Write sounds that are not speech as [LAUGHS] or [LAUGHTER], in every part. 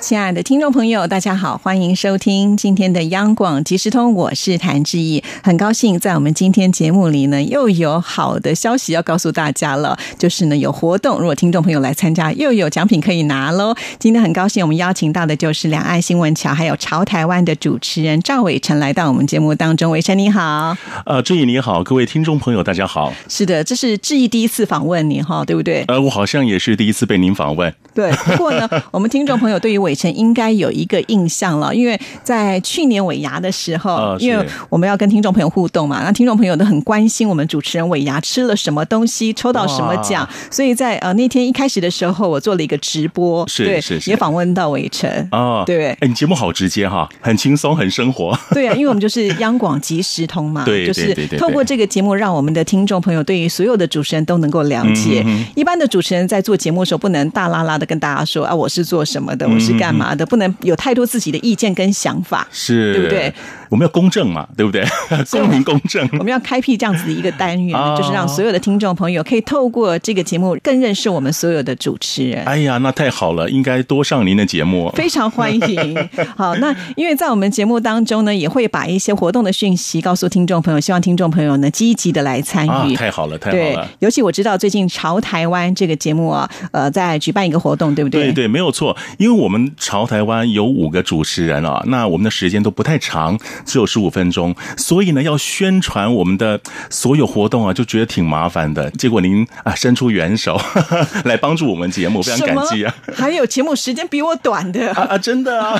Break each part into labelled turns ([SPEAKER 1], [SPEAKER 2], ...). [SPEAKER 1] 亲爱的听众朋友，大家好，欢迎收听今天的央广即时通，我是谭志毅，很高兴在我们今天节目里呢，又有好的消息要告诉大家了，就是呢有活动，如果听众朋友来参加，又有奖品可以拿喽。今天很高兴，我们邀请到的就是两岸新闻桥还有潮台湾的主持人赵伟成来到我们节目当中，伟成你好，
[SPEAKER 2] 呃，志毅你好，各位听众朋友，大家好。
[SPEAKER 1] 是的，这是志毅第一次访问你哈，对不对？
[SPEAKER 2] 呃，我好像也是第一次被您访问。
[SPEAKER 1] 对，不过
[SPEAKER 2] [LAUGHS]
[SPEAKER 1] 呢，我们听众朋友对于伟成应该有一个印象了，因为在去年尾牙的时候，
[SPEAKER 2] 啊是
[SPEAKER 1] 因为我们要跟听众朋友互动嘛，那听众朋友都很关心我们主持人尾牙吃了什么东西，抽到什么奖
[SPEAKER 2] 哇，
[SPEAKER 1] 所以在呃那天一开始的时候，我做了一个直播，
[SPEAKER 2] 是
[SPEAKER 1] 对
[SPEAKER 2] 是是
[SPEAKER 1] 也访问到伟成
[SPEAKER 2] 啊，
[SPEAKER 1] 对
[SPEAKER 2] 哎，你节目好直接哈，很轻松，很生活。 [LAUGHS]
[SPEAKER 1] 对啊，因为我们就是央广即时通嘛，
[SPEAKER 2] 对
[SPEAKER 1] 就是
[SPEAKER 2] 对对对对
[SPEAKER 1] 透过这个节目，让我们的听众朋友对于所有的主持人都能够了解。
[SPEAKER 2] 嗯
[SPEAKER 1] 一般的主持人在做节目的时候，不能大啦啦的跟大家
[SPEAKER 2] 嗯
[SPEAKER 1] 说啊，我是做什么的，我是干嘛的，不能有太多自己的意见跟想法。
[SPEAKER 2] 是，
[SPEAKER 1] 对不对？啊
[SPEAKER 2] 我们要公正嘛，对不对？
[SPEAKER 1] 所以我
[SPEAKER 2] 公平公正。
[SPEAKER 1] 我们要开辟这样子的一个单元，
[SPEAKER 2] 哦
[SPEAKER 1] 就是让所有的听众朋友可以透过这个节目更认识我们所有的主持人。
[SPEAKER 2] 哎呀，那太好了，应该多上您的节目。
[SPEAKER 1] 非常欢迎。好，那因为在我们节目当中呢，也会把一些活动的讯息告诉听众朋友，希望听众朋友呢积极的来参
[SPEAKER 2] 啊，
[SPEAKER 1] 与。
[SPEAKER 2] 太好了，太
[SPEAKER 1] 对
[SPEAKER 2] 好了。，
[SPEAKER 1] 尤其我知道最近《潮台湾》这个节目啊，呃，在举办一个活动，对不对？
[SPEAKER 2] 对对，没有错，因为我们潮台湾有五个主持人啊，那我们的时间都不太长，只有十五分钟，所以呢，要宣传我们的所有活动啊，就觉得挺麻烦的。结果您啊伸出援手 [LAUGHS] 来帮助我们节目，非常
[SPEAKER 1] 什
[SPEAKER 2] 感
[SPEAKER 1] 么
[SPEAKER 2] 激啊！
[SPEAKER 1] [LAUGHS] 还有节目时间比我短
[SPEAKER 2] [LAUGHS] 啊
[SPEAKER 1] 的，
[SPEAKER 2] 啊，真
[SPEAKER 1] [LAUGHS]
[SPEAKER 2] 的啊！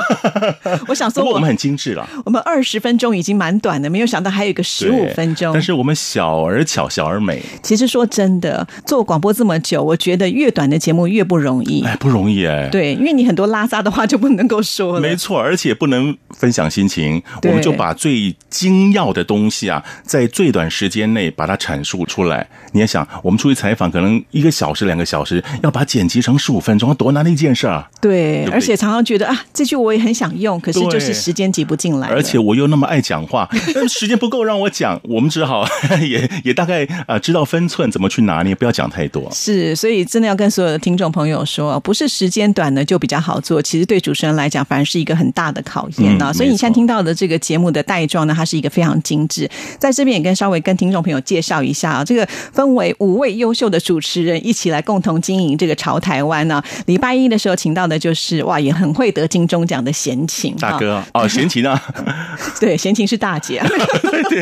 [SPEAKER 1] 我想说
[SPEAKER 2] 不过
[SPEAKER 1] 我
[SPEAKER 2] 我们很精致了，
[SPEAKER 1] 我们二十分钟已经蛮短的，没有想到还有一个十五
[SPEAKER 2] 对
[SPEAKER 1] 分钟
[SPEAKER 2] 但。是我们小而巧，小而美，
[SPEAKER 1] 其实说真的，做广播这么久，我觉得越短的节目越不容易。
[SPEAKER 2] 哎，不容易哎。
[SPEAKER 1] 对，因为你很多拉撒的话就不能够说了。
[SPEAKER 2] 没错，而且不能分享心情，我
[SPEAKER 1] 对
[SPEAKER 2] 们就把最精要的东西啊，在最短时间内把它阐述出来。你也想，我们出去采访，可能一个小时、两个小时，要把它剪辑成十五分钟，多难的一件事啊！
[SPEAKER 1] 对
[SPEAKER 2] 对，不对
[SPEAKER 1] 而且常常觉得啊，这句我也很想用，可是
[SPEAKER 2] 对
[SPEAKER 1] 就是时间挤不进来了。
[SPEAKER 2] 而且我又那么爱讲话， [LAUGHS] 但时间不够让我讲，我们只好 [LAUGHS] 也也大概啊、呃知道分寸，怎么去拿捏，不要讲太多。
[SPEAKER 1] 是，所以真的要跟所有的听众朋友说，呃不是时间短呢就比较好做，其实对主持人来讲，反而是一个很大的考验呢、
[SPEAKER 2] 嗯
[SPEAKER 1] 所以你
[SPEAKER 2] 没错
[SPEAKER 1] 现在听到的这个节目的带状呢，它是一个非常精致，在这边也跟稍微跟听众朋友介绍一下啊，这个分为五位优秀的主持人一起来共同经营这个潮台湾呢、礼拜一的时候请到的就是哇，也很会得金钟奖的贤琴
[SPEAKER 2] 大
[SPEAKER 1] 啊，
[SPEAKER 2] 哥哦，闲情啊，
[SPEAKER 1] [LAUGHS] 对，贤琴是大姐。
[SPEAKER 2] [LAUGHS]
[SPEAKER 1] 啊
[SPEAKER 2] 对对，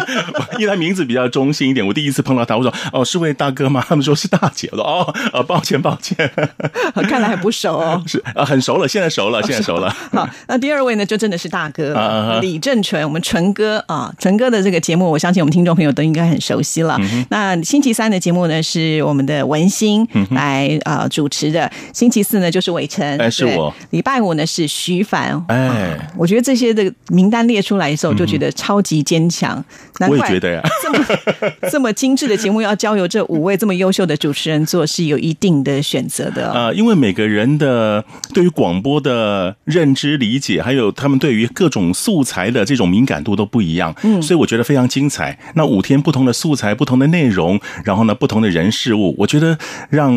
[SPEAKER 2] 因为他名字比较中性一点，我第一次碰到他，我说哦是位大哥吗？他们说是大姐，我说哦呃抱歉抱歉，
[SPEAKER 1] [LAUGHS] 看来还不熟哦。
[SPEAKER 2] [LAUGHS] 是啊，很熟了，现在熟了，现在熟了。
[SPEAKER 1] [LAUGHS] 好，那第二位呢，就真的是大哥
[SPEAKER 2] 啊啊
[SPEAKER 1] 了
[SPEAKER 2] 啊
[SPEAKER 1] 李正淳，我们淳哥啊，淳哥的这个节目，我相信我们听众朋友都应该很熟悉
[SPEAKER 2] 嗯
[SPEAKER 1] 了。那星期三的节目呢，是我们的文心
[SPEAKER 2] 嗯
[SPEAKER 1] 来呃主持的，星期四呢就是伟成，
[SPEAKER 2] 哎是
[SPEAKER 1] 对
[SPEAKER 2] 我，
[SPEAKER 1] 礼拜五呢是徐凡，
[SPEAKER 2] [LAUGHS] 哎嗯
[SPEAKER 1] 啊我觉得这些的名单列出来的时候，就觉得超级坚强，难
[SPEAKER 2] 我
[SPEAKER 1] 怪
[SPEAKER 2] 也觉得呀，
[SPEAKER 1] 这么这么精致的节目要交由这五位这么优秀的主持人做，是有一定的选择的哦。
[SPEAKER 2] 呃，因为每个人的对于广播的认知理解，还有他们对于各种素材的这种敏感度都不一样，嗯，所以我觉得非常精彩。那五天不同的素材、不同的内容，然后呢，不同的人事物，我觉得让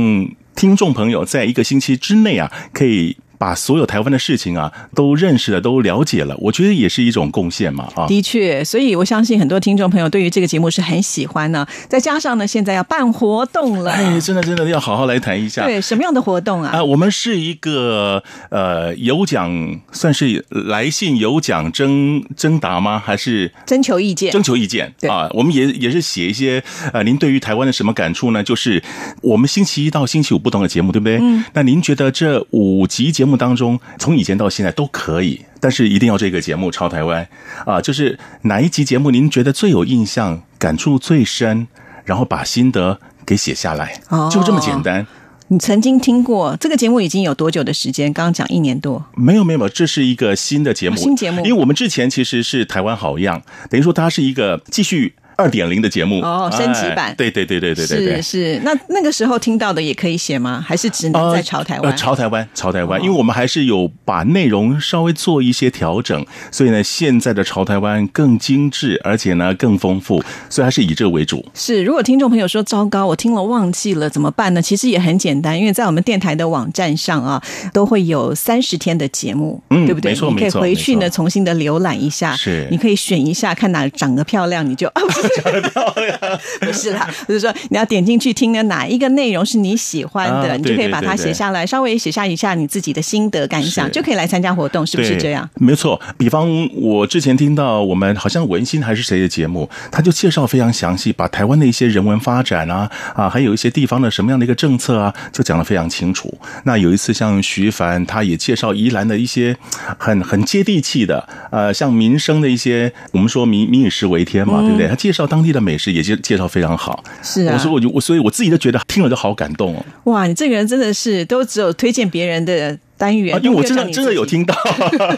[SPEAKER 2] 听众朋友在一个星期之内啊，可以。把所有台湾的事情啊都认识了，都了解了，我觉得也是一种贡献嘛啊！
[SPEAKER 1] 的确，所以我相信很多听众朋友对于这个节目是很喜欢呢。再加上呢，现在要办活动了，
[SPEAKER 2] 哎，真的真的要好好来谈一下。
[SPEAKER 1] 对，什么样的活动啊？
[SPEAKER 2] 啊，我们是一个呃有奖，算是来信有奖征征答吗？还是
[SPEAKER 1] 征求意见
[SPEAKER 2] 征求意见
[SPEAKER 1] 对
[SPEAKER 2] 啊？我们也也是写一些呃，您对于台湾的什么感触呢？就是我们星期一到星期五不同的节目，对不对？嗯。那您觉得这五集节目当中，从以前到现在都可以，但是一定要这个节目《超台湾》啊，就是哪一集节目您觉得最有印象，感触最深，然后把心得给写下来，
[SPEAKER 1] 哦
[SPEAKER 2] 就这么简单。
[SPEAKER 1] 你曾经听过这个节目已经有多久的时间？刚刚讲一年多，
[SPEAKER 2] 没有没有，没有这是一个新的节目，
[SPEAKER 1] 哦新节目
[SPEAKER 2] 因为我们之前其实是台湾好样，等于说它是一个继续。二点零的节目
[SPEAKER 1] 哦升级版
[SPEAKER 2] 哎对对对对对对对
[SPEAKER 1] 是。是，那那个时候听到的也可以写吗？还是只能在朝台
[SPEAKER 2] 呃
[SPEAKER 1] 湾？
[SPEAKER 2] 呃朝台湾，朝台湾，
[SPEAKER 1] 哦
[SPEAKER 2] 因为我们还是有把内容稍微做一些调整，所以呢，现在的朝台湾更精致，而且呢更丰富，所以还是以这为主。
[SPEAKER 1] 是，如果听众朋友说糟糕，我听了忘记了怎么办呢？其实也很简单，因为在我们电台的网站上啊，都会有三十天的节目，
[SPEAKER 2] 嗯
[SPEAKER 1] 对不对？
[SPEAKER 2] 没错
[SPEAKER 1] 你可以
[SPEAKER 2] 没错
[SPEAKER 1] 回去呢
[SPEAKER 2] 没错
[SPEAKER 1] 重新的浏览一下，
[SPEAKER 2] 是
[SPEAKER 1] 你可以选一下，看哪长得漂亮，
[SPEAKER 2] [LAUGHS]
[SPEAKER 1] 你就 [LAUGHS] 啊，不是长得漂亮，不是啦，我是说你要点进去听的哪一个内容是你喜欢的，
[SPEAKER 2] 啊
[SPEAKER 1] 你就可以
[SPEAKER 2] 对对
[SPEAKER 1] 把它
[SPEAKER 2] 对对
[SPEAKER 1] 写下来，稍微写下一下你自己的心得感想，
[SPEAKER 2] 是
[SPEAKER 1] 就可以来参加活动，是不是
[SPEAKER 2] 对
[SPEAKER 1] 这样？？
[SPEAKER 2] 没错。比方我之前听到我们好像文心还是谁的节目，他就介绍非常详细，把台湾的一些人文发展啊啊，还有一些地方的什么样的一个政策啊，就讲得非常清楚。那有一次像徐凡，他也介绍宜兰的一些很很接地气的，呃，像民生的一些，我们说民民以食为天嘛，对不对？他介绍当地的美食也介介绍非常好。
[SPEAKER 1] 嗯是啊
[SPEAKER 2] 我说我就我所以我自己都觉得听了就好感动哦，
[SPEAKER 1] 哇，你这个人真的是都只有推荐别人的单元，
[SPEAKER 2] 啊，因为我
[SPEAKER 1] 都
[SPEAKER 2] 真
[SPEAKER 1] 没讲
[SPEAKER 2] 的
[SPEAKER 1] 你
[SPEAKER 2] 真
[SPEAKER 1] 自
[SPEAKER 2] 的
[SPEAKER 1] 己 [LAUGHS]
[SPEAKER 2] 有。听到，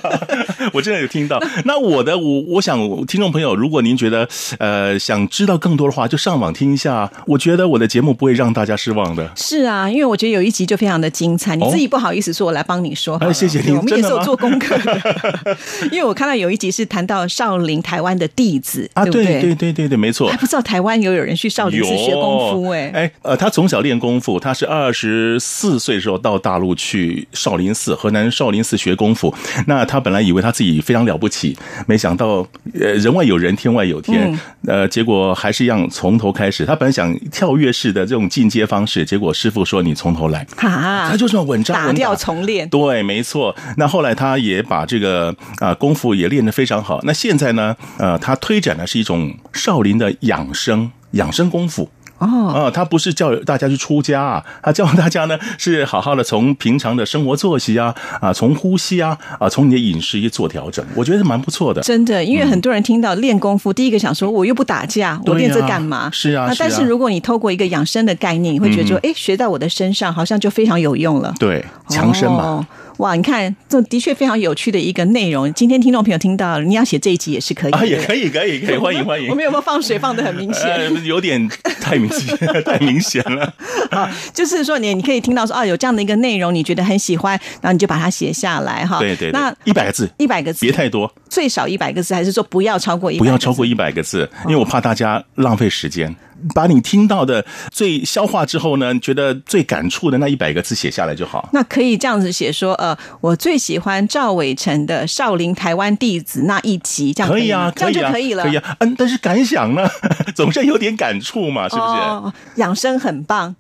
[SPEAKER 2] [LAUGHS] 我真的有听到。那我的我我想听众朋友，如果您觉得呃想知道更多的话，就上网听一下。我觉得我的节目不会让大家失望的。
[SPEAKER 1] 是啊，因为我觉得有一集就非常的精彩，你
[SPEAKER 2] 哦
[SPEAKER 1] 自己不好意思说，我来帮你说好了。
[SPEAKER 2] 哎谢谢
[SPEAKER 1] 对
[SPEAKER 2] 您
[SPEAKER 1] 我们也是
[SPEAKER 2] 真的
[SPEAKER 1] 有
[SPEAKER 2] 吗
[SPEAKER 1] 做功课
[SPEAKER 2] [LAUGHS]
[SPEAKER 1] 的，因为我看到有一集是谈到少林台湾的弟子，
[SPEAKER 2] 啊，
[SPEAKER 1] 对不
[SPEAKER 2] 对对对对，没错
[SPEAKER 1] 还。不知道台湾有有人去少林寺学功夫哎、
[SPEAKER 2] 哎呃，他从小练功夫，他是二十四岁时候到大陆去少林寺，河南少林寺学功夫。那他本来以为他自己非常了不起，没想到呃人外有人，天外有天，
[SPEAKER 1] 嗯
[SPEAKER 2] 呃，结果还是一样从头开始。他本来想跳跃式的这种进阶方式，结果师傅说你从头来，
[SPEAKER 1] 哈，
[SPEAKER 2] 哎他就这么稳扎稳
[SPEAKER 1] 啊打掉重练。
[SPEAKER 2] 对，没错。那后来他也把这个啊、呃功夫也练得非常好。那现在呢，呃，他推展的是一种少林的养生养生功夫。
[SPEAKER 1] 哦，
[SPEAKER 2] 啊，他不是叫大家去出家啊，他叫大家呢是好好的从平常的生活作息啊，啊，从呼吸啊，啊，从你的饮食去做调整，我觉得蛮不错的。
[SPEAKER 1] 真的，因为很多人听到练功夫，第一个想说我又不打架，我
[SPEAKER 2] 对
[SPEAKER 1] 练这
[SPEAKER 2] 呀
[SPEAKER 1] 干嘛？
[SPEAKER 2] 是啊
[SPEAKER 1] 那
[SPEAKER 2] 是
[SPEAKER 1] 但是
[SPEAKER 2] 啊嗯
[SPEAKER 1] 如果你透过一个养生的概念，你会觉得说，哎，学到我的身上，好像就非常有用了。
[SPEAKER 2] 对，强身嘛。
[SPEAKER 1] 哦哇，你看，这的确非常有趣的一个内容。今天听众朋友听到，你要写这一集也是可以的，
[SPEAKER 2] 啊，也可以，可以，可以，欢迎，欢迎
[SPEAKER 1] 我。们有没有放水放的很明显？
[SPEAKER 2] [LAUGHS] 呃，有点太明 [LAUGHS] 显，太明显了。
[SPEAKER 1] 啊，就是说你你可以听到说啊，有这样的一个内容，你觉得很喜欢，然后你就把它写下来哈。
[SPEAKER 2] 对对对，
[SPEAKER 1] 那
[SPEAKER 2] 一百个字，
[SPEAKER 1] 一百个字，
[SPEAKER 2] 别太多，
[SPEAKER 1] 最少一百个字，还是说不要超过一？
[SPEAKER 2] 不要超过一百个嗯字，因为我怕大家浪费时间。把你听到的最消化之后呢，觉得最感触的那一百个字写下来就好。
[SPEAKER 1] 那可以这样子写说，呃，我最喜欢赵伟成的《少林台湾弟子》那一集，这样
[SPEAKER 2] 可
[SPEAKER 1] 以
[SPEAKER 2] 以
[SPEAKER 1] 吗
[SPEAKER 2] 啊，
[SPEAKER 1] 这样就
[SPEAKER 2] 啊，
[SPEAKER 1] 可以了，
[SPEAKER 2] 可以啊，嗯，但是感想呢， [LAUGHS] 总是有点感触嘛，是不是？
[SPEAKER 1] 哦，养生很棒，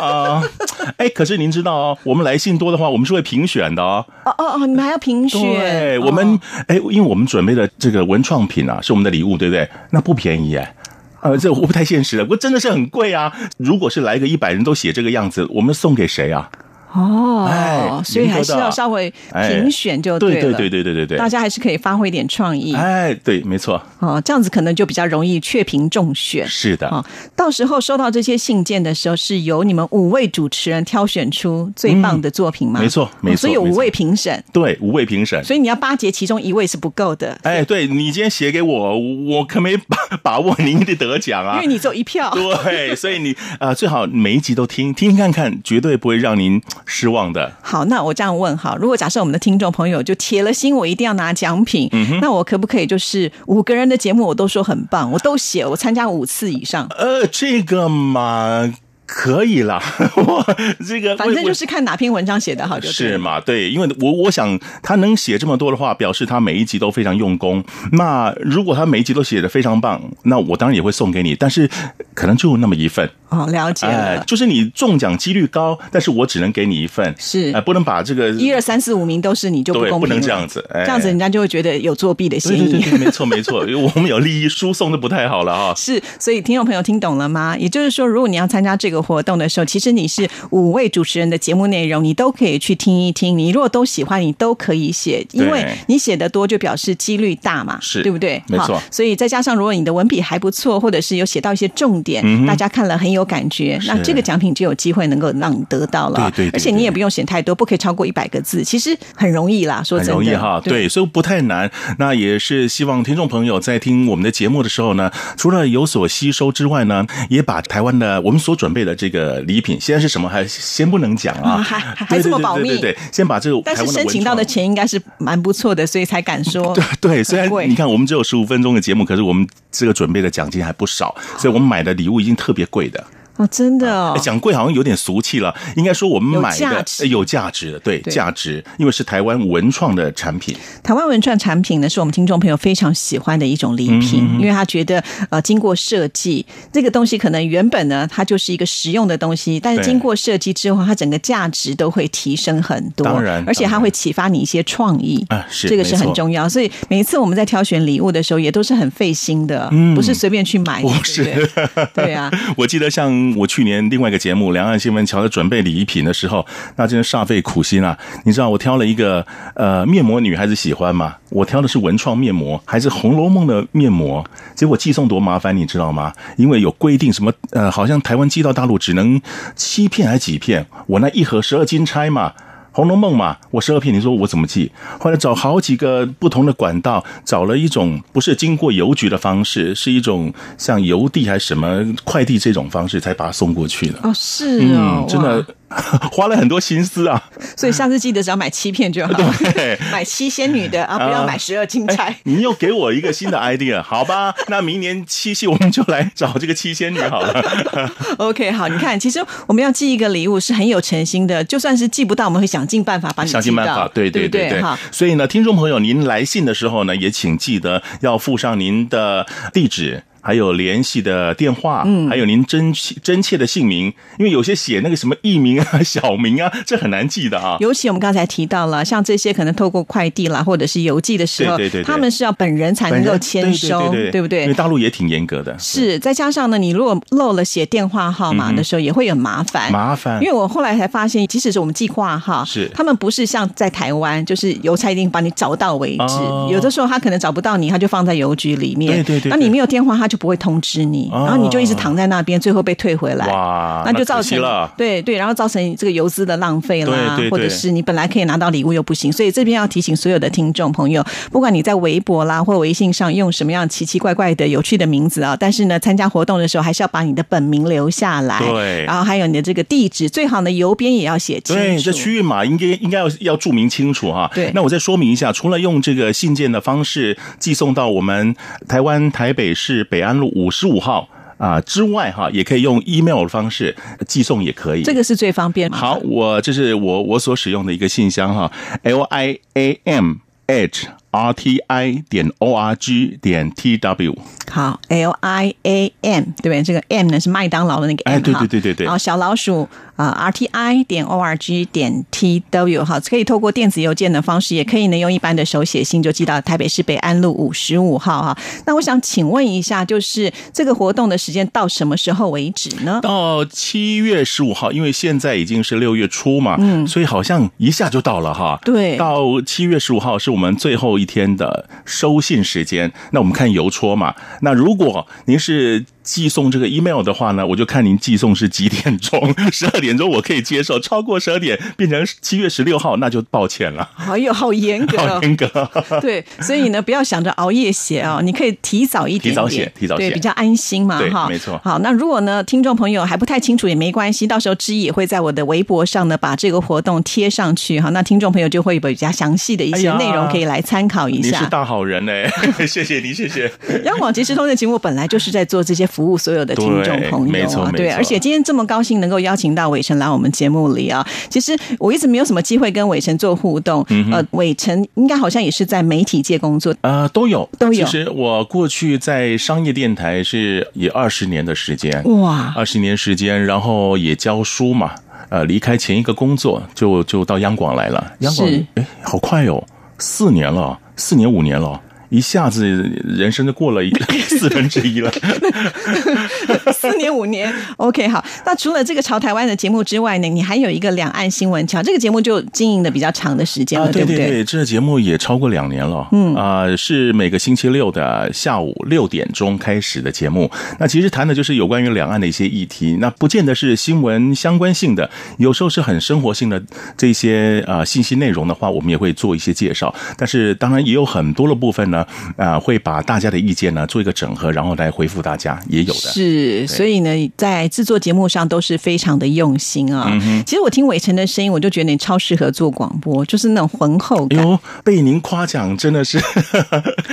[SPEAKER 2] 啊，哎，可是您知道哦，我们来信多的话，我们是会评选的哦。
[SPEAKER 1] 哦哦哦，你们还要评选？
[SPEAKER 2] 对，
[SPEAKER 1] 哦
[SPEAKER 2] 我们哎，因为我们准备的这个文创品啊，是我们的礼物，对不对？那不便宜哎。呃，这我不太现实了，我真的是很贵啊！如果是来个一百人都写这个样子，我们送给谁啊？
[SPEAKER 1] 哦
[SPEAKER 2] 哎，
[SPEAKER 1] 所以还是
[SPEAKER 2] 严格的
[SPEAKER 1] 要稍微
[SPEAKER 2] 哎
[SPEAKER 1] 评选就
[SPEAKER 2] 对
[SPEAKER 1] 呃了。
[SPEAKER 2] 对对对对对对
[SPEAKER 1] 大，家还是可以发挥一点创意
[SPEAKER 2] 哎，对，没错，
[SPEAKER 1] 哦，这样子可能就比较容易确评中选。
[SPEAKER 2] 是的，
[SPEAKER 1] 哦，到时候收到这些信件的时候，是由你们五位主持人挑选出最棒的作品吗？
[SPEAKER 2] 嗯没错
[SPEAKER 1] 哦
[SPEAKER 2] 没错
[SPEAKER 1] 所以有五位评审，
[SPEAKER 2] 对，五位评审。
[SPEAKER 1] 所以你要巴结其中一位是不够的，
[SPEAKER 2] 哎，对你今天写给我，我可没把把握您的得奖啊
[SPEAKER 1] 因为。你只有一票。
[SPEAKER 2] 对，所以你啊、呃最好每一集都听听看看，绝对不会让您失望的。
[SPEAKER 1] 好，那我这样问哈，如果假设我们的听众朋友就铁了心，我一定要拿奖品，
[SPEAKER 2] 嗯
[SPEAKER 1] 那我可不可以就是五个人的节目我都说很棒，我都写，我参加五次以上？
[SPEAKER 2] 呃，这个嘛，可以啦， [LAUGHS] 我这 [LAUGHS] 个
[SPEAKER 1] 反正
[SPEAKER 2] 我
[SPEAKER 1] 就是看哪篇文章写得好就对
[SPEAKER 2] 是
[SPEAKER 1] 了。
[SPEAKER 2] 嘛？对，因为我我想他能写这么多的话，表示他每一集都非常用功。那如果他每一集都写的非常棒，那我当然也会送给你，但是可能就那么一份。
[SPEAKER 1] 哦，了解
[SPEAKER 2] 哎
[SPEAKER 1] 了，。
[SPEAKER 2] 就是你中奖几率高，但是我只能给你一份，
[SPEAKER 1] 是
[SPEAKER 2] 哎不能把这个
[SPEAKER 1] 一二三四五名都是你就不
[SPEAKER 2] 对
[SPEAKER 1] 公平了，
[SPEAKER 2] 不能这样子哎
[SPEAKER 1] 这样子人家就会觉得有作弊的嫌
[SPEAKER 2] 对
[SPEAKER 1] 疑。
[SPEAKER 2] 对对对，没错没错，因为我们有利益输送的不太好了啊。
[SPEAKER 1] [LAUGHS] 是，所以听众朋友听懂了吗？也就是说，如果你要参加这个个活动的时候，其实你是五位主持人的节目内容，你都可以去听一听。你如果都喜欢，你都可以写，因为
[SPEAKER 2] 对
[SPEAKER 1] 你写的多就表示几率大嘛，
[SPEAKER 2] 是
[SPEAKER 1] 对不对？
[SPEAKER 2] 没错
[SPEAKER 1] 好所以再加上如果你的文笔还不错，或者是有写到一些重点，
[SPEAKER 2] 嗯哼
[SPEAKER 1] 大家看了很有感觉，那
[SPEAKER 2] 是
[SPEAKER 1] 这个奖品就有机会能够让你得到了。
[SPEAKER 2] 对对对
[SPEAKER 1] 而且你也不用写太多，不可以超过一百个字，其实很容易啦。说
[SPEAKER 2] 很
[SPEAKER 1] 真的，
[SPEAKER 2] 容易哈，
[SPEAKER 1] 对。
[SPEAKER 2] 对，所以不太难。那也是希望听众朋友在听我们的节目的时候呢，除了有所吸收之外呢，也把台湾的我们所准备的这个礼品，现在是什么还先不能讲啊，
[SPEAKER 1] 啊还还
[SPEAKER 2] 对
[SPEAKER 1] 还这么
[SPEAKER 2] 对对
[SPEAKER 1] 保密
[SPEAKER 2] 对对对，先把这个
[SPEAKER 1] 但
[SPEAKER 2] 台
[SPEAKER 1] 是
[SPEAKER 2] 湾
[SPEAKER 1] 申请到的
[SPEAKER 2] 文创
[SPEAKER 1] 钱应该是蛮不错的，所以才敢说。
[SPEAKER 2] [LAUGHS] 对，虽然
[SPEAKER 1] 贵
[SPEAKER 2] 你看我们只有十五分钟的节目，可是我们这个准备的奖金还不少，所以我们买的礼物一定特别贵的。
[SPEAKER 1] 哦，真的哦
[SPEAKER 2] 哎，讲贵好像有点俗气了，应该说我们
[SPEAKER 1] 有
[SPEAKER 2] 买
[SPEAKER 1] 价
[SPEAKER 2] 的
[SPEAKER 1] 值
[SPEAKER 2] 呃有价值的，对
[SPEAKER 1] 对
[SPEAKER 2] 价值，因为是台湾文创的产品。
[SPEAKER 1] 台湾文创产品呢，是我们听众朋友非常喜欢的一种礼品，
[SPEAKER 2] 嗯
[SPEAKER 1] 因为他觉得呃，经过设计，这个东西可能原本呢，它就是一个实用的东西，但是
[SPEAKER 2] 对
[SPEAKER 1] 经过设计之后，它整个价值都会提升很多。
[SPEAKER 2] 当然
[SPEAKER 1] 而且
[SPEAKER 2] 当
[SPEAKER 1] 它
[SPEAKER 2] 然
[SPEAKER 1] 会启发你一些创意
[SPEAKER 2] 啊是
[SPEAKER 1] 这个是
[SPEAKER 2] 没错
[SPEAKER 1] 很重要。所以每一次我们在挑选礼物的时候，也都是很费心的，不是随便去买的，
[SPEAKER 2] 不
[SPEAKER 1] 对不对 [LAUGHS] 对啊。
[SPEAKER 2] 嗯我记得像我去年另外一个节目《两岸新闻桥》的准备礼品的时候，那真是煞费苦心啊！你知道我挑了一个呃面膜，女孩子喜欢嘛？我挑的是文创面膜，还是《红楼梦》的面膜？结果寄送多麻烦，你知道吗？因为有规定什么呃，好像台湾寄到大陆只能七片还是几片？我那一盒十二金钗嘛。《红楼梦》嘛，我十二片，你说我怎么记？后来找好几个不同的管道，找了一种不是经过邮局的方式，是一种像邮递还是什么快递这种方式，才把它送过去的。
[SPEAKER 1] 哦，是哦，
[SPEAKER 2] 嗯，真的
[SPEAKER 1] 哇，
[SPEAKER 2] [LAUGHS] 花了很多心思啊！
[SPEAKER 1] 所以下次记得只要买七片就好了
[SPEAKER 2] [LAUGHS] 对，
[SPEAKER 1] [LAUGHS] 买七仙女的啊，不要
[SPEAKER 2] 啊
[SPEAKER 1] 买十二金钗。
[SPEAKER 2] 你又给我一个新的 idea，好吧？那明年七夕我们就来找这个七仙女好了。
[SPEAKER 1] [LAUGHS] OK，好，你看，其实我们要寄一个礼物是很有诚心的，就算是寄不到，我们会想尽办法把你寄到，
[SPEAKER 2] 想尽办法，对
[SPEAKER 1] 嗯对
[SPEAKER 2] 对
[SPEAKER 1] 不
[SPEAKER 2] 对
[SPEAKER 1] 哈。
[SPEAKER 2] 所以呢，听众朋友，您来信的时候呢，也请记得要附上您的地址。还有联系的电话，嗯，还有您真真切的姓名，因为有些写那个什么艺名啊、小名啊，这很难记的啊。
[SPEAKER 1] 尤其我们刚才提到了，像这些可能透过快递啦，或者是邮寄的时候，
[SPEAKER 2] 对对对对
[SPEAKER 1] 他们是要本人才能够签收，
[SPEAKER 2] 对对对
[SPEAKER 1] 不
[SPEAKER 2] 因
[SPEAKER 1] 对
[SPEAKER 2] 为？大陆也挺严格的，
[SPEAKER 1] 是，再加上呢，你如果漏了写电话号码的时候，也会很麻烦。
[SPEAKER 2] 嗯麻烦
[SPEAKER 1] 因。为我后来才发现，即使是我们寄挂号，
[SPEAKER 2] 是
[SPEAKER 1] 他们不是像在台湾，就是邮差一定把你找到为止。
[SPEAKER 2] 哦
[SPEAKER 1] 有的时候他可能找不到你，他就放在邮局里面。
[SPEAKER 2] 对对对
[SPEAKER 1] 那你没有电话，他就不会通知你，
[SPEAKER 2] 哦
[SPEAKER 1] 然后你就一直躺在那边，最后被退回来。
[SPEAKER 2] 哇
[SPEAKER 1] 那就
[SPEAKER 2] 啊那
[SPEAKER 1] 造
[SPEAKER 2] 可惜
[SPEAKER 1] 成
[SPEAKER 2] 了
[SPEAKER 1] 对对，然后造成这个邮资的浪费啦，
[SPEAKER 2] 对对对
[SPEAKER 1] 或者是你本来可以拿到礼物又不行，所以这边要提醒所有的听众朋友，不管你在微博啦或微信上用什么样奇奇怪怪的有趣的名字啊，但是呢，参加活动的时候还是要把你的本名留下来，
[SPEAKER 2] 对
[SPEAKER 1] 然后还有你的这个地址，最好呢邮编也要写清楚。
[SPEAKER 2] 对，这区域码应该应该要要注明清楚哈、
[SPEAKER 1] 对
[SPEAKER 2] 那我再说明一下，除了用这个信件的方式寄送到我们台湾台北市北安路五十五号啊、之外哈、也可以用 email 的方式呃寄送，也可以。
[SPEAKER 1] 这个是最方便嘛。
[SPEAKER 2] 好，我这是我我所使用的一个信箱哈，l i a m h r t i 点 o r g 点 t w。
[SPEAKER 1] 好，L I A M，对不对？这个 M 呢是麦当劳的那个 M
[SPEAKER 2] 哎对
[SPEAKER 1] 哈
[SPEAKER 2] 对对对对
[SPEAKER 1] 然后小老鼠啊、R T I 点 O R G 点 T W 哈，可以透过电子邮件的方式，也可以呢用一般的手写信就寄到台北市北安路五十五号哈。那我想请问一下，就是这个活动的时间到什么时候为止
[SPEAKER 2] [LAUGHS]
[SPEAKER 1] 呢？
[SPEAKER 2] 到七月十五号，因为现在已经是六月初嘛，嗯，所以好像一下就到了哈。
[SPEAKER 1] 对
[SPEAKER 2] 到七月十五号是我们最后一天的收信时间。那我们看邮戳嘛。那如果您是寄送这个 email 的话呢，我就看您寄送是几点钟， [LAUGHS] 十二点钟我可以接受，超过十二点变成七月十六号，那就抱歉了，
[SPEAKER 1] 哎呦，好严格、
[SPEAKER 2] 好
[SPEAKER 1] 哦。
[SPEAKER 2] 严格。
[SPEAKER 1] 对，所以呢，不要想着熬夜写哦，你可以提早一点点，
[SPEAKER 2] 提早写提早
[SPEAKER 1] 对，
[SPEAKER 2] 写
[SPEAKER 1] 比较安心嘛，
[SPEAKER 2] 对
[SPEAKER 1] 哈，
[SPEAKER 2] 没错
[SPEAKER 1] 好，那如果呢，听众朋友还不太清楚也没关系，到时候知也会在我的微博上呢把这个活动贴上去哈，那听众朋友就会有比较详细的一些
[SPEAKER 2] 哎呀
[SPEAKER 1] 内容可以来参考 [LAUGHS] 一
[SPEAKER 2] 您是
[SPEAKER 1] 下。
[SPEAKER 2] 大好人嘞、 [LAUGHS] 谢谢您，谢谢。
[SPEAKER 1] 央广即时通的节目本来就是在做这些服务所有的听众朋
[SPEAKER 2] 对没
[SPEAKER 1] 友
[SPEAKER 2] 错
[SPEAKER 1] 啊，
[SPEAKER 2] 没
[SPEAKER 1] 对，
[SPEAKER 2] 错
[SPEAKER 1] 而且今天这么高兴能够邀请到伟成来我们节目里啊，其实我一直没有什么机会跟伟成做互动，呃，伟成应该好像也是在媒体界工作，
[SPEAKER 2] 呃，都有，
[SPEAKER 1] 都有
[SPEAKER 2] 其实我过去在商业电台是也二十年的时间，
[SPEAKER 1] 哇，
[SPEAKER 2] 二十年时间，然后也教书嘛。呃，离开前一个工作，就就到央广来了。央广
[SPEAKER 1] 是，
[SPEAKER 2] 哎，好快哦，四年了，四年 [LAUGHS] 五年了，一下子人生就过了一四分之一了。
[SPEAKER 1] 四年五年，OK，好。 [LAUGHS] 那除了这个朝台湾的节目之外呢，你还有一个两岸新闻桥，这个节目就经营的比较长的时间了，
[SPEAKER 2] 啊，对
[SPEAKER 1] 不
[SPEAKER 2] 对？这个节目也超过两年了，嗯啊、是每个星期六的下午六点钟开始的节目。那其实谈的就是有关于两岸的一些议题，那不见得是新闻相关性的，有时候是很生活性的这些呃信息内容的话，我们也会做一些介绍。但是当然也有很多的部分呢，啊，会把大家的意见呢做一个整合，然后来回复大家，也有的。
[SPEAKER 1] 是，所以呢，在制作节目上都是非常的用心啊、
[SPEAKER 2] 嗯
[SPEAKER 1] 其实我听伟成的声音，我就觉得你超适合做广播，就是那种浑厚
[SPEAKER 2] 哎
[SPEAKER 1] 感。
[SPEAKER 2] 呦，被您夸奖真的是，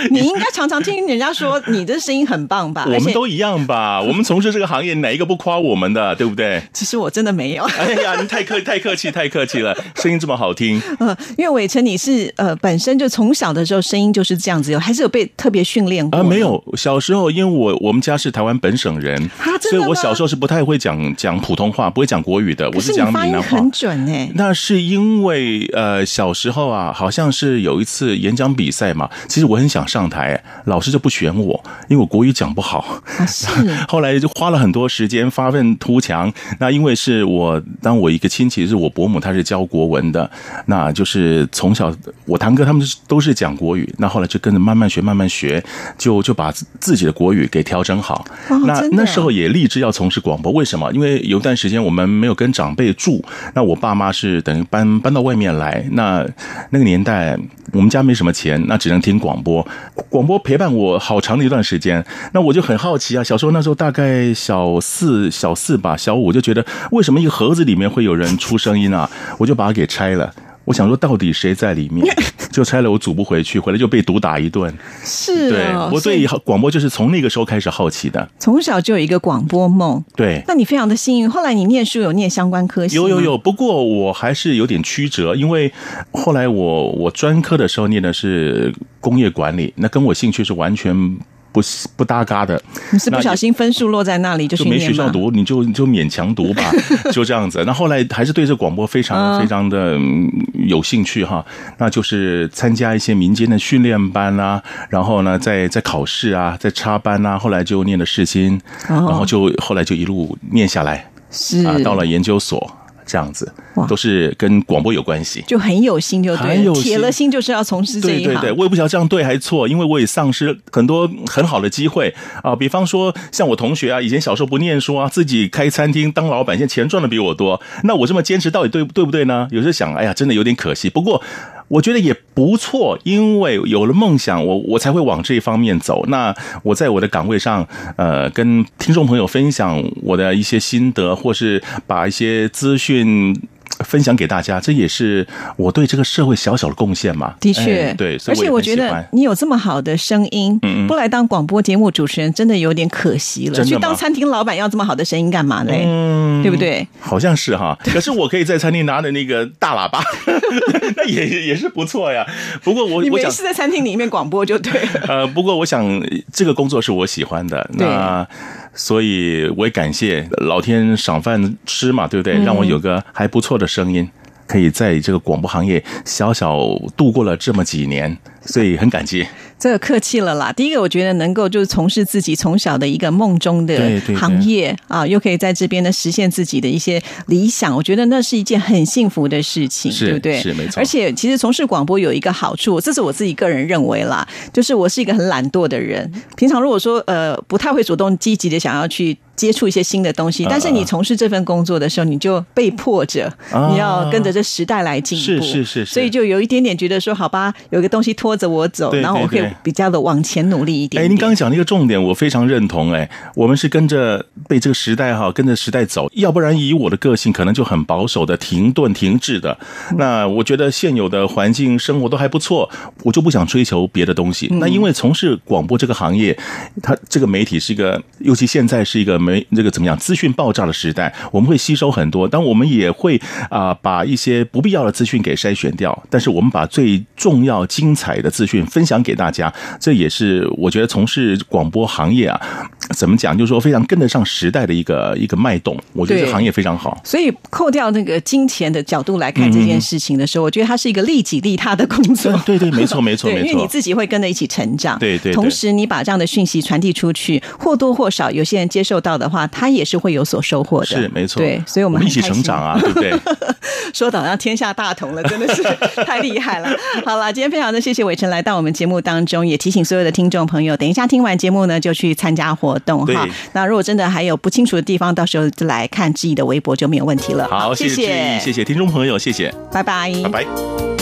[SPEAKER 1] 你应该常常听人家说你的声音很棒吧？
[SPEAKER 2] [LAUGHS]
[SPEAKER 1] [LAUGHS]
[SPEAKER 2] 我
[SPEAKER 1] 而且
[SPEAKER 2] 们都一样吧？我们从事这个行业，哪一个不夸我们的，对不对？
[SPEAKER 1] 其实我真的没有。 [LAUGHS]
[SPEAKER 2] [LAUGHS] 哎呀，你太客太客气太客气了，声音这么好听，
[SPEAKER 1] 嗯，因为伟成你是呃本身就从小的时候声音就是这样子，有还是有被特别训练过
[SPEAKER 2] 啊，
[SPEAKER 1] 吗
[SPEAKER 2] 没有，小时候因为我我们家是台湾本省人，
[SPEAKER 1] 啊真的
[SPEAKER 2] 所以我
[SPEAKER 1] 吗
[SPEAKER 2] 小时候是不太会讲讲普通话，不会讲国语的，我
[SPEAKER 1] 可是你
[SPEAKER 2] 讲
[SPEAKER 1] 发
[SPEAKER 2] 闽
[SPEAKER 1] 音
[SPEAKER 2] 南话
[SPEAKER 1] 很。准哎、
[SPEAKER 2] [LAUGHS] 那是因为呃小时候啊，好像是有一次演讲比赛嘛，其实我很想上台，老师就不选我，因为我国语讲不好。
[SPEAKER 1] 啊是
[SPEAKER 2] 后来就花了很多时间发愤图强。那因为是我，当我一个亲戚是我伯母，她是教国文的，那就是从小我堂哥他们是都是讲国语，那后来就跟着慢慢学，慢慢学，就就把自自己的国语给调整好。
[SPEAKER 1] 哦
[SPEAKER 2] 那
[SPEAKER 1] 真的啊
[SPEAKER 2] 那时候也立志要从事广播，为什么？因为有一段时间我们没有跟长辈住，那我爸妈是等于搬搬到外面来，那那个年代我们家没什么钱，那只能听广播，广播陪伴我好长的一段时间。那我就很好奇啊，小时候那时候大概小四小四吧，小五就觉得为什么一个盒子里面会有人出声音啊？我就把它给拆了。我想说，到底谁在里面？就拆了，我组不回去，回来就被毒打一顿。
[SPEAKER 1] 是
[SPEAKER 2] 对
[SPEAKER 1] 哦，
[SPEAKER 2] 我
[SPEAKER 1] 所
[SPEAKER 2] 对
[SPEAKER 1] 以
[SPEAKER 2] 广播就是从那个时候开始好奇的。
[SPEAKER 1] 从小就有一个广播梦。
[SPEAKER 2] 对，
[SPEAKER 1] 那你非常的幸运，后来你念书有念相关科系，
[SPEAKER 2] 有有，有，不过我还是有点曲折，因为后来我我专科的时候念的是工业管理，那跟我兴趣是完全不不搭嘎的，
[SPEAKER 1] 你是不
[SPEAKER 2] 那
[SPEAKER 1] 小心分数落在那里就去
[SPEAKER 2] 就没
[SPEAKER 1] 念
[SPEAKER 2] 学校
[SPEAKER 1] 吗
[SPEAKER 2] 读，你就你就勉强读吧，就这样子。那后来还是对这广播非常
[SPEAKER 1] 嗯
[SPEAKER 2] 非常的嗯有兴趣哈，那就是参加一些民间的训练班啦、然后呢，在在考试啊，在插班啊，后来就念了世新，然后就后来就一路念下来。
[SPEAKER 1] 是、
[SPEAKER 2] 啊，到了研究所这样子
[SPEAKER 1] 哇，
[SPEAKER 2] 都是跟广播有关系。
[SPEAKER 1] 就很有心就对
[SPEAKER 2] 很
[SPEAKER 1] 了，
[SPEAKER 2] 有心
[SPEAKER 1] 铁了心就是要从事这
[SPEAKER 2] 对
[SPEAKER 1] 一行。
[SPEAKER 2] 对对，我也不晓得这样对还错，因为我也丧失很多很好的机会啊。比方说，像我同学啊，以前小时候不念书啊，自己开餐厅当老板，现在钱赚的比我多。那我这么坚持，到底对对不对呢？有时候想，哎呀，真的有点可惜。不过我觉得也不错，因为有了梦想，我我才会往这一方面走。那我在我的岗位上，呃，跟听众朋友分享我的一些心得，或是把一些资讯。分享给大家，这也是我对这个社会小小的贡献嘛。
[SPEAKER 1] 的确，
[SPEAKER 2] 哎对，所
[SPEAKER 1] 而
[SPEAKER 2] 以
[SPEAKER 1] 且
[SPEAKER 2] 也
[SPEAKER 1] 我
[SPEAKER 2] 很
[SPEAKER 1] 觉
[SPEAKER 2] 喜
[SPEAKER 1] 得哎
[SPEAKER 2] 欢。嗯
[SPEAKER 1] 你有这么好的声音，不来当广播节目主持人真的有点可惜了。
[SPEAKER 2] 真的
[SPEAKER 1] 去
[SPEAKER 2] 吗
[SPEAKER 1] 当餐厅老板要这么好的声音干嘛呢？
[SPEAKER 2] 嗯
[SPEAKER 1] 对不对？
[SPEAKER 2] 好像
[SPEAKER 1] [LAUGHS]
[SPEAKER 2] 是哈，可是我可以在餐厅拿着那个大喇叭， [LAUGHS] 那也也是不错呀。不过我
[SPEAKER 1] 你
[SPEAKER 2] 我
[SPEAKER 1] 没
[SPEAKER 2] 想
[SPEAKER 1] 事在餐厅里面广播就对了。
[SPEAKER 2] 呃，不过我想这个工作是我喜欢的，
[SPEAKER 1] 对
[SPEAKER 2] 那所以我也感谢老天赏饭吃嘛，对不
[SPEAKER 1] 嗯
[SPEAKER 2] 对？让我有个还不错的声音。可以在这个广播行业小小度过了这么几年，所以很感激。
[SPEAKER 1] 这个客气了啦。第一个，我觉得能够就是从事自己从小的一个梦中的
[SPEAKER 2] 对对对
[SPEAKER 1] 行业啊，又可以在这边呢实现自己的一些理想，我觉得那是一件很幸福的事情，
[SPEAKER 2] 是
[SPEAKER 1] 对不对？
[SPEAKER 2] 是没错
[SPEAKER 1] 而且其实从事广播有一个好处，这是我自己个人认为啦，就是我是一个很懒惰的人，平常如果说呃不太会主动积极的想要去。接触一些新的东西，
[SPEAKER 2] 嗯
[SPEAKER 1] 但是你从事这份工作的时候，你就被迫着、
[SPEAKER 2] 啊
[SPEAKER 1] 你要跟着这时代来进步，
[SPEAKER 2] 是是是是
[SPEAKER 1] 所以就有一点点觉得说，好吧，有一个东西拖着我走，
[SPEAKER 2] 对
[SPEAKER 1] 然后我可
[SPEAKER 2] 对
[SPEAKER 1] 以
[SPEAKER 2] 对
[SPEAKER 1] 比较的往前努力一点
[SPEAKER 2] 哎，
[SPEAKER 1] 点。
[SPEAKER 2] 您刚刚讲那个重点，我非常认同。哎，我们是跟着被这个时代哈，跟着时代走，要不然以我的个性，可能就很保守的、停顿、停滞的。
[SPEAKER 1] 嗯
[SPEAKER 2] 那我觉得现有的环境、生活都还不错，我就不想追求别的东西。
[SPEAKER 1] 嗯
[SPEAKER 2] 那因为从事广播这个行业，它这个媒体是一个，尤其现在是一个媒这个怎么样，资讯爆炸的时代，我们会吸收很多，但我们也会啊、把一些不必要的资讯给筛选掉，但是我们把最重要、精彩的资讯分享给大家，这也是我觉得从事广播行业啊，怎么讲，就是说非常跟得上时代的一个一个脉动，我觉得
[SPEAKER 1] 对
[SPEAKER 2] 这行业非常好。
[SPEAKER 1] 所以扣掉那个金钱的角度来看这件事情的时候，我觉得它是一个利己利他的工作。
[SPEAKER 2] 嗯 [LAUGHS] 对对，没错没错
[SPEAKER 1] 对，因
[SPEAKER 2] 没
[SPEAKER 1] 为你
[SPEAKER 2] 错，
[SPEAKER 1] 自己会跟着一起成长，
[SPEAKER 2] 对对对
[SPEAKER 1] 同时，你把这样的讯息传递出去，或多或少，有些人接受到到的话，他也是会有所收获的。
[SPEAKER 2] 是没错，
[SPEAKER 1] 对，所以我
[SPEAKER 2] 我
[SPEAKER 1] 们
[SPEAKER 2] 们
[SPEAKER 1] 很
[SPEAKER 2] 一起
[SPEAKER 1] 开
[SPEAKER 2] 成
[SPEAKER 1] 心
[SPEAKER 2] 长啊，对不对？
[SPEAKER 1] 说的好像天下大同了，真的是太厉害了。 [LAUGHS] 好了，今天非常的谢谢伟成来到我们节目当中，也提醒所有的听众朋友，等一下听完节目呢，就去参加活动
[SPEAKER 2] 对
[SPEAKER 1] 哈。那如果真的还有不清楚的地方，到时候来看志毅的微博就没有问题了。
[SPEAKER 2] 好，谢
[SPEAKER 1] 谢
[SPEAKER 2] 谢志毅，谢谢听众朋友，谢谢，
[SPEAKER 1] 拜拜，
[SPEAKER 2] 拜拜。